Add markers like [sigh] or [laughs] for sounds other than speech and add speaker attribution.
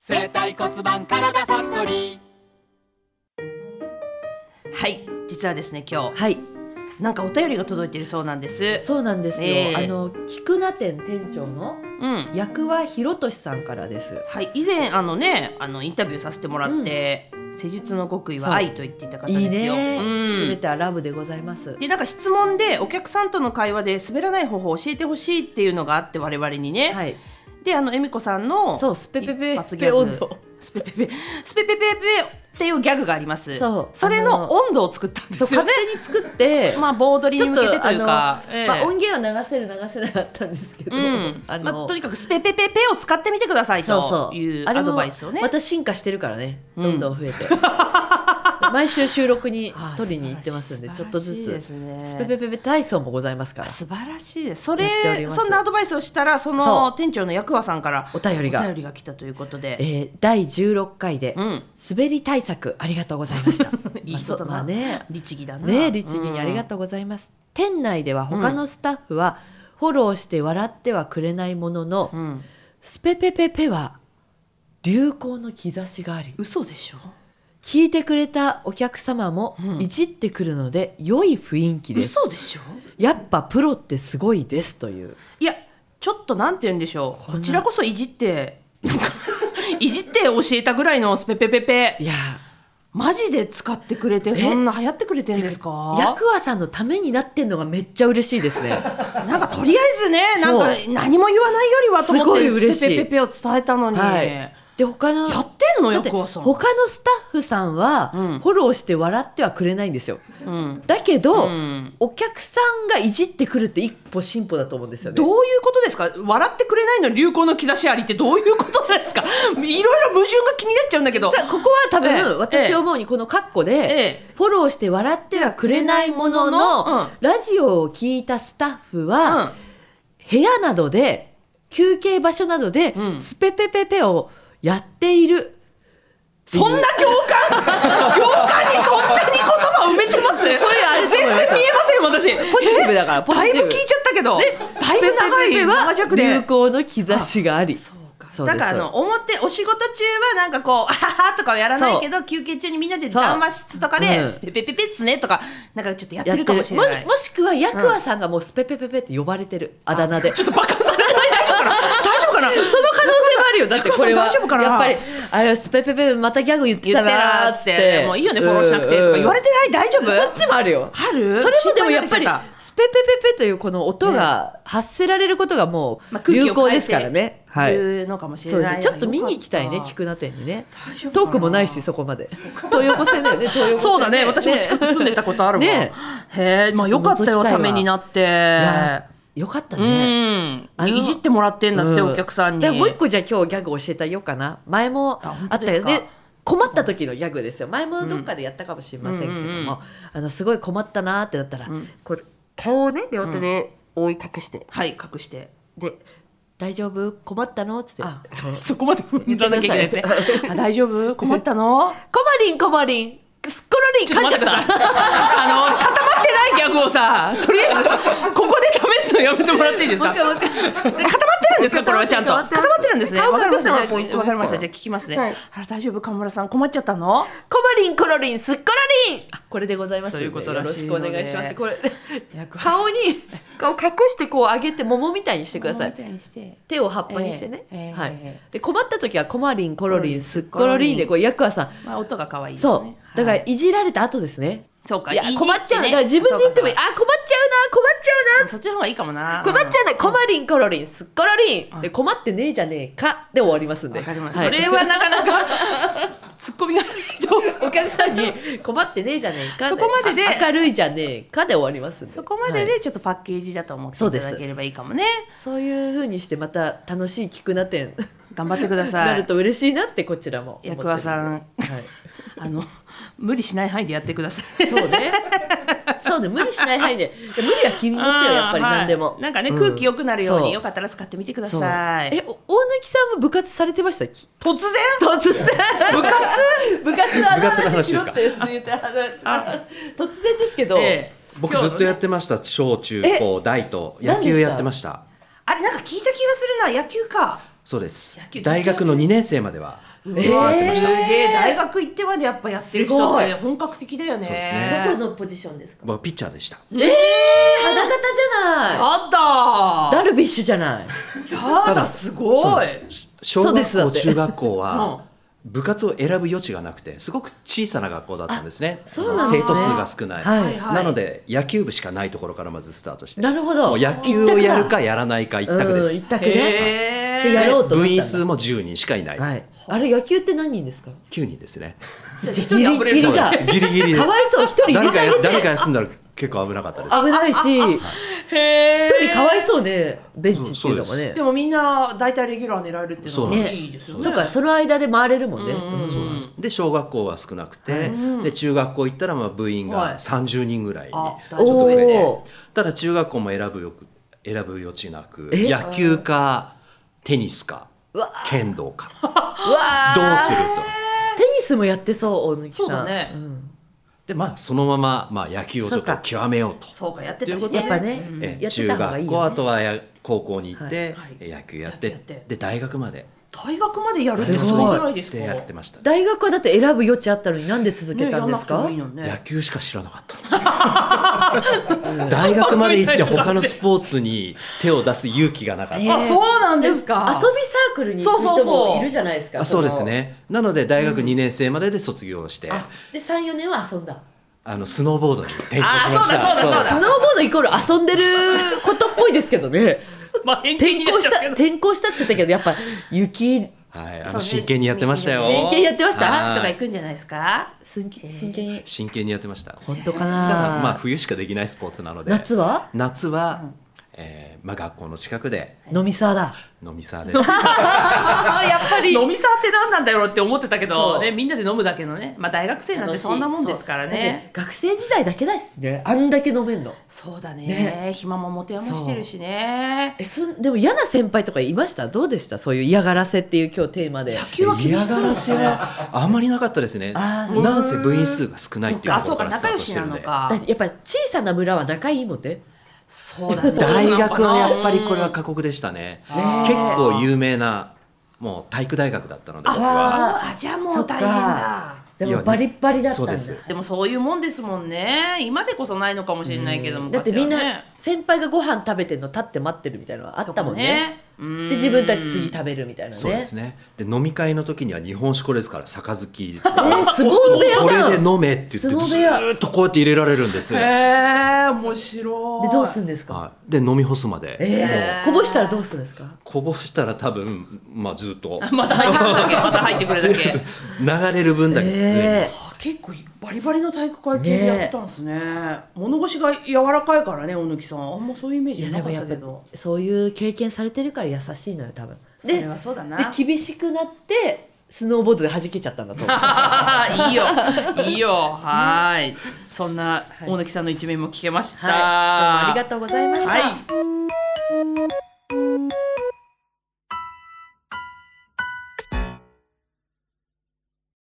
Speaker 1: 生体骨盤体ファクトリー
Speaker 2: はい実はですね今日
Speaker 3: はい、
Speaker 2: なんかお便りが届いてるそうなんです
Speaker 3: そうなんですよ。
Speaker 2: ええ
Speaker 3: あの菊名店店長の
Speaker 2: うん
Speaker 3: 役はろとしさんからです。
Speaker 2: はい以前あのねあのインタビューさせてもらって、施術の極意は愛と言っていた方です
Speaker 3: い
Speaker 2: よ
Speaker 3: いね。
Speaker 2: う
Speaker 3: す
Speaker 2: ん
Speaker 3: べ、てはラブでございます。
Speaker 2: でなんか質問でお客さんとの会話で滑らない方法を教えてほしいっていうのがあって我々にね、
Speaker 3: はい、
Speaker 2: であの恵美子さんの
Speaker 3: そうスペペペ
Speaker 2: 一発ギ
Speaker 3: ペ
Speaker 2: ャグ
Speaker 3: 温度。
Speaker 2: スペペペスペペペペっていうギャグがあります
Speaker 3: そう
Speaker 2: れ
Speaker 3: あ
Speaker 2: の
Speaker 3: の
Speaker 2: 温度を作ったんで
Speaker 3: そう
Speaker 2: すよ
Speaker 3: 勝
Speaker 2: ね
Speaker 3: 手に作って、
Speaker 2: まあ棒取りに向けてというかええ
Speaker 3: まあ音源は流せる流せなかったんですけど、
Speaker 2: うん
Speaker 3: あの、
Speaker 2: まあ、とにかくスペペペペを使ってみてくださいという
Speaker 3: あれ
Speaker 2: ア
Speaker 3: も
Speaker 2: ドバイスをね
Speaker 3: また進化してるからね
Speaker 2: うん
Speaker 3: どんどん増
Speaker 2: [laughs]
Speaker 3: えて、毎週収録に
Speaker 2: ああ
Speaker 3: 取りに行ってますんでちょっとず
Speaker 2: 素晴ら
Speaker 3: つ
Speaker 2: しいですね
Speaker 3: スペペペペ体操もございますから
Speaker 2: 素晴らしいですそれ
Speaker 3: やっております
Speaker 2: そんなアドバイスをしたらそ
Speaker 3: そ
Speaker 2: の
Speaker 3: う
Speaker 2: 店長の役和さんから
Speaker 3: お便りが
Speaker 2: お便りが来たということで
Speaker 3: えー第16回で
Speaker 2: うん
Speaker 3: 滑り対策ありがとうございました
Speaker 2: [laughs] いいことだな
Speaker 3: まあそうまあね
Speaker 2: 律儀だな
Speaker 3: ね律儀にありが
Speaker 2: と
Speaker 3: とうございます、店内では他のスタッフはフォローして笑ってはくれないものの、
Speaker 2: うん、うん、
Speaker 3: スペペペペは流行の兆しがあり
Speaker 2: 嘘でしょ
Speaker 3: 聞いてくれたお客様も
Speaker 2: うん
Speaker 3: いじってくるので、良い雰囲気です
Speaker 2: 嘘でしょ
Speaker 3: やっぱプロってすごいですという
Speaker 2: いやちょっとなんて言うんでしょう
Speaker 3: こん
Speaker 2: こ
Speaker 3: な
Speaker 2: ちらこそいじってなんか [laughs] いじって教えたぐらいのスペペペペ
Speaker 3: いや
Speaker 2: マジで使ってくれてそんな流行ってくれてんですか
Speaker 3: 役和さんのためになってんのがめっちゃ嬉しいで
Speaker 2: [laughs]
Speaker 3: すね
Speaker 2: なんかとりあえずねなん
Speaker 3: そう
Speaker 2: か何も言わないよりはと思っ
Speaker 3: すごい
Speaker 2: て
Speaker 3: 嬉しい
Speaker 2: スペペペペを伝えたのに、
Speaker 3: はい
Speaker 2: や
Speaker 3: で他の
Speaker 2: ってんの
Speaker 3: だ
Speaker 2: よ
Speaker 3: って
Speaker 2: こうさん、
Speaker 3: 他のスタッフさんは
Speaker 2: うん
Speaker 3: フォローして笑ってはくれないんですよ
Speaker 2: うん
Speaker 3: だけ
Speaker 2: う
Speaker 3: ど、
Speaker 2: ん、
Speaker 3: お客さんがいじってくるって一歩進歩だと思うんですよね
Speaker 2: どういうことですか笑ってくれないの流行の兆しありってどういうことなんですかいろいろ矛盾が気になっちゃうんだけど
Speaker 3: さあここは多分、
Speaker 2: ええ
Speaker 3: 私思うにこのカッコで、
Speaker 2: ええ
Speaker 3: フォローして笑ってはくれないものの、
Speaker 2: うん
Speaker 3: ラジオを聞いたスタッフ
Speaker 2: う
Speaker 3: は、
Speaker 2: ん
Speaker 3: 部屋などで休憩場所などで、
Speaker 2: うん
Speaker 3: スペペペペをやっている
Speaker 2: そんな行間行間にそんなに言葉埋めてますこれ
Speaker 3: あれだと
Speaker 2: 全
Speaker 3: 思
Speaker 2: 然
Speaker 3: います
Speaker 2: 見えません私
Speaker 3: ポジティブだからポジ
Speaker 2: だ
Speaker 3: テ
Speaker 2: い
Speaker 3: ィ
Speaker 2: ぶ聞
Speaker 3: ブ
Speaker 2: いちゃったけどだい
Speaker 3: スペ
Speaker 2: ぶ長い
Speaker 3: ペペペ
Speaker 2: 長
Speaker 3: は
Speaker 2: 尺で
Speaker 3: 流行の兆しがあり
Speaker 2: そうか
Speaker 3: そうで
Speaker 2: だ
Speaker 3: す
Speaker 2: からあの表お仕事中はなんかこう「あ [laughs] はは」とかはやらないけど休憩中にみんなで
Speaker 3: そう
Speaker 2: 談話室とか
Speaker 3: う
Speaker 2: で「
Speaker 3: ん
Speaker 2: スペペペペっすね」とかなんかちょっとやって
Speaker 3: やっ
Speaker 2: る
Speaker 3: てる
Speaker 2: か
Speaker 3: か
Speaker 2: も
Speaker 3: も
Speaker 2: し
Speaker 3: し
Speaker 2: れ
Speaker 3: れ
Speaker 2: な
Speaker 3: ないいもしくはヤクワさんがもうスペペペペって呼ばれてる、あだ名で
Speaker 2: ちょっとバカにされない大丈夫
Speaker 3: [laughs]
Speaker 2: かな大丈夫かな
Speaker 3: その可能性もあるよ。だってこれは、
Speaker 2: 大丈夫かな
Speaker 3: やっぱり、あれ、スペペペペまたギャグ言って
Speaker 2: 言
Speaker 3: た
Speaker 2: って
Speaker 3: な
Speaker 2: な
Speaker 3: ー
Speaker 2: ー
Speaker 3: っ
Speaker 2: っ
Speaker 3: つって。
Speaker 2: てもういいよねフォローしなくて
Speaker 3: うん
Speaker 2: とか言われてない大丈夫
Speaker 3: そっちもあるよ。
Speaker 2: ある
Speaker 3: それもでもやっ
Speaker 2: 心配になて
Speaker 3: ぱり
Speaker 2: きちゃた、
Speaker 3: スペペペペというこの音が発せられることがも
Speaker 2: まあ
Speaker 3: う
Speaker 2: 空気
Speaker 3: 有
Speaker 2: を変
Speaker 3: 効
Speaker 2: えて
Speaker 3: ですからね。はい。
Speaker 2: いうのかもしれ
Speaker 3: そうです
Speaker 2: ない
Speaker 3: ね。
Speaker 2: な
Speaker 3: ちょっと見に行きたいね、
Speaker 2: よかった
Speaker 3: 菊名店にね
Speaker 2: 大丈夫。かな
Speaker 3: トークもないし、そこまで。東横線だよね、東横線、
Speaker 2: そうだね私も近く住んでたことあるわ、
Speaker 3: ね
Speaker 2: へえまあ
Speaker 3: ちょ
Speaker 2: よ
Speaker 3: っと
Speaker 2: か
Speaker 3: 覗
Speaker 2: った
Speaker 3: きたい
Speaker 2: よ
Speaker 3: わ
Speaker 2: ためになっ
Speaker 3: い
Speaker 2: て
Speaker 3: やーよかった
Speaker 2: う
Speaker 3: ね。
Speaker 2: ん
Speaker 3: あの
Speaker 2: いじってもらってんだって、
Speaker 3: うん
Speaker 2: お客さんに
Speaker 3: でもう一個じゃあ今日ギャグ教えてあげようかな前も
Speaker 2: あ本当
Speaker 3: あった
Speaker 2: です
Speaker 3: よ
Speaker 2: か
Speaker 3: ね困った時のギャグですよ前もどっかでやったかもしれませんけども、
Speaker 2: うんうんうんうん
Speaker 3: あのすごい困ったなーってなったら、
Speaker 2: ん
Speaker 3: これ顔をね両手で覆い隠して、
Speaker 2: はい隠して
Speaker 3: で「大丈夫困ったの?」っつって「
Speaker 2: あ
Speaker 3: あ
Speaker 2: そ
Speaker 3: [laughs]
Speaker 2: そこまで踏み出さなきゃいけないですねあ大丈夫困った [laughs] の
Speaker 3: コマリンコマリンすっころりん
Speaker 2: ちょっ
Speaker 3: 噛
Speaker 2: と
Speaker 3: んじ
Speaker 2: 待っ
Speaker 3: ゃって
Speaker 2: ください
Speaker 3: た」
Speaker 2: あの固まってないギャグをさとりあえずここで試すのやめてもらっていいですか
Speaker 3: もう一回もう一回
Speaker 2: で固まってるんですかこれはちゃんと
Speaker 3: 固まって
Speaker 2: 固
Speaker 3: ます
Speaker 2: まってるんですね
Speaker 3: 顔
Speaker 2: わかりました
Speaker 3: 隠すのが
Speaker 2: じ
Speaker 3: ポイントで
Speaker 2: ゃあ
Speaker 3: す
Speaker 2: わかりましたじゃあ聞きますね、
Speaker 3: はい
Speaker 2: あら大丈夫河村さん困っちゃったの
Speaker 3: コマリンコロリンすっころりんあこれでございますんで
Speaker 2: ということらしいの
Speaker 3: よ
Speaker 2: で
Speaker 3: ろしくお願いしますこれ
Speaker 2: 役を
Speaker 3: 顔に顔隠してこう上げて桃みたいにしてください手を葉っぱにしてね、
Speaker 2: ええええ
Speaker 3: は
Speaker 2: え
Speaker 3: い、で困った時はコマリンコロリンすっ
Speaker 2: コ
Speaker 3: こ
Speaker 2: ロ
Speaker 3: ろ
Speaker 2: リ
Speaker 3: り
Speaker 2: ン
Speaker 3: んでこう役はさん
Speaker 2: まあ音が可愛いですね
Speaker 3: そうだからいじられた後ですね、
Speaker 2: そうか
Speaker 3: い、や
Speaker 2: じてね
Speaker 3: 困っちゃうなだから自分で言ってもいいあ
Speaker 2: そうか
Speaker 3: 困っちゃうな困っちゃ
Speaker 2: そう
Speaker 3: う
Speaker 2: かそっちの方がいいかもな
Speaker 3: な困っちゃうなコマリンコロリンすっころり
Speaker 2: うん
Speaker 3: んで困ってねえじゃねえかで終わりますんで
Speaker 2: わかります、
Speaker 3: はい
Speaker 2: それはなか
Speaker 3: [laughs]
Speaker 2: なかツッコミがないと
Speaker 3: お客さんに困ってねえじゃねえか
Speaker 2: そこまでで
Speaker 3: あ明るいじゃねえかで終わりますんで
Speaker 2: そこまで
Speaker 3: はい
Speaker 2: でちょっとパッケージだと思って
Speaker 3: そ
Speaker 2: いうた
Speaker 3: です
Speaker 2: だければいいかもね
Speaker 3: そういう風にしてまた楽しい菊名店
Speaker 2: 頑張ってくださ
Speaker 3: [laughs] ないると嬉しいなってこちらも思ってるで
Speaker 2: 役和さん [laughs]
Speaker 3: はい
Speaker 2: あの無理しない範囲でやってください
Speaker 3: そうね。そうね、無理しない範囲で。無理は [laughs] 君持つよ、やっ
Speaker 2: う
Speaker 3: ぱり
Speaker 2: ん
Speaker 3: 何でも。
Speaker 2: はいなんかね空気良くなるように、
Speaker 3: そう
Speaker 2: よかったら使ってみてくだ
Speaker 3: そう
Speaker 2: さい
Speaker 3: え、お大貫さんも部活されてましたき
Speaker 2: 突然
Speaker 3: 突然
Speaker 2: 部活
Speaker 3: 部活のあの
Speaker 4: 部活の話
Speaker 3: 話しろ
Speaker 4: ですか
Speaker 3: って言ってあの
Speaker 2: あ
Speaker 3: 突然ですけど、
Speaker 2: ええ
Speaker 4: 僕
Speaker 2: 今日
Speaker 4: ずっとやってました小中
Speaker 2: え
Speaker 4: 高大と
Speaker 3: 何
Speaker 4: 野
Speaker 3: でした
Speaker 4: 球やってました
Speaker 2: あれなんか聞いた気がするな野球か
Speaker 4: そうです
Speaker 2: 野球
Speaker 4: 大学の2年生までは
Speaker 2: え
Speaker 3: えー
Speaker 2: すげえ大学行ってまでやっぱやってる人って本格的だよね
Speaker 4: そうです
Speaker 3: ど
Speaker 4: ね
Speaker 3: このポジションですか
Speaker 4: 僕はピッチャーでした
Speaker 2: ええ
Speaker 3: 花形じゃない
Speaker 2: あだ
Speaker 3: ダルビッシュじゃない
Speaker 2: やだす
Speaker 4: そう
Speaker 2: ごい
Speaker 4: です小
Speaker 3: そうで
Speaker 4: 学
Speaker 3: すだっ
Speaker 4: 校
Speaker 3: て
Speaker 4: 中学校は部活を選ぶ余地がなくてすごく小さな学校だったんですね
Speaker 3: そうなんですね
Speaker 4: 生徒数が少ない、
Speaker 3: はい
Speaker 2: はい
Speaker 4: なので野球部しかないところからまずスタートして
Speaker 3: なるほど
Speaker 4: もう野球をやるかやらないか一択で
Speaker 3: うん
Speaker 4: す
Speaker 3: 一択ね
Speaker 2: へえ
Speaker 3: じゃあやろうと思ったんだ
Speaker 4: 部員数も10人しかいない、
Speaker 3: はいあれ野球って何人ですか
Speaker 4: 9人ですね
Speaker 2: じゃあ一
Speaker 3: ギ
Speaker 2: 人
Speaker 3: リ
Speaker 2: あぶれ
Speaker 3: ギ
Speaker 2: る
Speaker 3: リ
Speaker 2: か
Speaker 3: だ
Speaker 2: ら
Speaker 4: そうですギリギリです
Speaker 3: かわいそう一人入
Speaker 4: 誰
Speaker 3: れ
Speaker 4: か
Speaker 3: 替えて
Speaker 4: 誰か休んだら結構危なかったです
Speaker 3: 危ないし
Speaker 2: へえ
Speaker 3: 一人かわいそうねベンチっていうのもね
Speaker 2: でもみんな大体レギュラー狙えるっていうのは
Speaker 4: そう
Speaker 3: ね
Speaker 4: なん
Speaker 2: いいですよね
Speaker 3: そうかその間で回れるもんね
Speaker 2: うん
Speaker 4: そうなんですで小学校は少なくて、で中学校行ったらまあ部員
Speaker 2: はい
Speaker 4: が30人ぐらいにちょ
Speaker 2: あ
Speaker 4: っ
Speaker 2: 大
Speaker 4: と
Speaker 2: 丈夫
Speaker 4: 増えて
Speaker 3: お
Speaker 4: ただ中学校も選ぶよく選ぶ余地なく
Speaker 3: え
Speaker 4: 野球かテニスか
Speaker 3: うわ
Speaker 4: 剣道か
Speaker 3: うわ
Speaker 4: どうする
Speaker 3: ー
Speaker 4: と
Speaker 3: テニスもやってそう大貫さん
Speaker 2: そうだね
Speaker 3: ん
Speaker 4: でまあそのまま、まあ、野球をちょっ
Speaker 3: そ
Speaker 4: と
Speaker 3: うか
Speaker 4: 極めようと。
Speaker 2: そうかやってた
Speaker 4: とい
Speaker 2: し
Speaker 4: うこと
Speaker 3: やっ
Speaker 4: で
Speaker 3: ぱ
Speaker 2: ね
Speaker 3: ね
Speaker 4: え
Speaker 3: やって
Speaker 4: 中
Speaker 3: た方がいい
Speaker 4: 学校
Speaker 3: よ
Speaker 4: あ
Speaker 3: ね
Speaker 4: とはや高校に行って、
Speaker 2: はい
Speaker 4: え野球やって
Speaker 2: 野球やって
Speaker 4: で大学まで
Speaker 2: 大学までやるって
Speaker 3: す
Speaker 2: す
Speaker 3: ご
Speaker 2: ご
Speaker 3: い
Speaker 2: くないですか
Speaker 4: でやってました、
Speaker 3: 大学はだって選ぶ余地あったのになんで続け
Speaker 2: ね
Speaker 3: た
Speaker 2: やん
Speaker 3: んで
Speaker 2: なく
Speaker 3: す
Speaker 2: ても
Speaker 3: か
Speaker 2: いいのにね
Speaker 4: 野球しか知らなかった [laughs] 大学まで行って他のスポーツに手を出す勇気がなかった
Speaker 3: え
Speaker 2: あそうなんですか
Speaker 3: 遊びサークルに行く
Speaker 2: そうそう
Speaker 3: 人
Speaker 2: そう
Speaker 3: もいるじゃないですか
Speaker 4: あそうです
Speaker 3: の
Speaker 4: ねなので大学2年生までで卒業して、
Speaker 2: あ
Speaker 3: で34年は遊んだ
Speaker 4: あのスノーボードに転向しました
Speaker 2: あそうだそうだそうだ
Speaker 3: スノーボードイコール遊んでることっぽいですけど
Speaker 2: [laughs]
Speaker 3: ね
Speaker 2: まあ偏見
Speaker 3: 転
Speaker 2: にな
Speaker 3: 校
Speaker 2: っち
Speaker 3: し
Speaker 2: ゃう
Speaker 3: た
Speaker 2: けど
Speaker 3: 転校したって言ったけどやっぱ雪
Speaker 4: はいあ
Speaker 2: そう
Speaker 4: の
Speaker 2: ね
Speaker 4: 真剣にやってましたよ
Speaker 3: 真剣にやってました
Speaker 4: はい
Speaker 2: 人が行くんじゃないですか
Speaker 3: 真剣真剣に
Speaker 4: 真剣にやってました
Speaker 3: 本当かな
Speaker 4: ただまあ冬しかできないスポーツなので
Speaker 3: 夏は
Speaker 4: 夏は、えーまあ、学校の近くで
Speaker 3: 飲みサーだ
Speaker 4: 飲みサーで
Speaker 3: あーやっぱり
Speaker 2: 飲みさって何なんだろうって思ってたけ
Speaker 3: そ
Speaker 2: ど、
Speaker 3: う
Speaker 2: ね、みんなで飲むだけのね、まあ、大学生なんてそんなもんですからね。
Speaker 3: そうだって学生時代だけだしねあんだけ飲めんの
Speaker 2: そうだ
Speaker 3: ね
Speaker 2: 暇も持て余してるしね。
Speaker 3: えそんでも嫌な先輩とかいましたどうでしたそういう嫌がらせっていう今日テーマで
Speaker 2: 急は気に
Speaker 4: 嫌
Speaker 2: す
Speaker 4: が
Speaker 2: るの
Speaker 4: らせはあんまりなかったですね
Speaker 3: あー
Speaker 4: なんせ部員数が少ないっていう
Speaker 2: あ、
Speaker 4: とこ
Speaker 2: そ
Speaker 4: ろ
Speaker 2: うか、
Speaker 4: からス
Speaker 2: 仲
Speaker 4: ター
Speaker 2: 良
Speaker 4: トし
Speaker 2: して
Speaker 4: る
Speaker 2: なんの
Speaker 4: で
Speaker 3: だ
Speaker 2: か
Speaker 3: っ。てやっぱ小さな村は仲いいもんね
Speaker 2: そうだね。
Speaker 4: 大学はやっぱりこれは過酷でしたね
Speaker 2: ね
Speaker 4: 結構有名なもう体育大学だったので
Speaker 2: あ
Speaker 4: 僕は
Speaker 3: わ
Speaker 2: あ、じゃあもう大変だ。
Speaker 3: でもバリッバリだったん
Speaker 4: そう
Speaker 3: だ
Speaker 4: です
Speaker 2: でもそういうもんですもんね。今でこそないのかもしれないけども、
Speaker 3: だってみん
Speaker 2: 昔は
Speaker 3: な
Speaker 2: ね
Speaker 3: 先輩がご飯食べてるの立って待ってるみたいなのはあったもんね
Speaker 2: とかね
Speaker 3: で自分たち次食べるみたいな
Speaker 4: そう
Speaker 3: ね
Speaker 4: ですねで飲み会の時には日本酒これですから杯で
Speaker 3: えー、相撲部屋
Speaker 4: こ
Speaker 3: じゃん
Speaker 4: れで飲めって言ってず
Speaker 3: 相撲部屋
Speaker 4: ーっとこうやって入れられるんです、
Speaker 2: へえ、面白い。
Speaker 3: でどうするんですか、
Speaker 4: はい、で飲み干すまで、
Speaker 3: えー、こぼしたらどうするんですか
Speaker 4: こぼしたら多分まあずっと
Speaker 2: また入ってくる
Speaker 3: [laughs]
Speaker 2: だけ、また入ってくるだけ。
Speaker 4: [laughs] 流れる分だけですね、
Speaker 3: え
Speaker 2: あ結構バリバリの体育会系でやってたんですね物腰が柔らかいからね小貫さんあんまそういうイメー
Speaker 3: い
Speaker 2: ジ
Speaker 3: や
Speaker 2: な
Speaker 3: で
Speaker 2: かっ
Speaker 3: もや
Speaker 2: た
Speaker 3: っ
Speaker 2: け
Speaker 3: ぱ
Speaker 2: ど
Speaker 3: そういう経験されてるから優しいのよ多分
Speaker 2: それはそうだ [laughs] ない
Speaker 3: で厳しくなってスノーボードで弾けちゃったんだと [laughs] 思う
Speaker 2: いよいいよ
Speaker 3: [laughs]
Speaker 2: はーいそんな小貫さんの一面も聞けました、
Speaker 3: はい、今日もありがとうございました、
Speaker 2: はい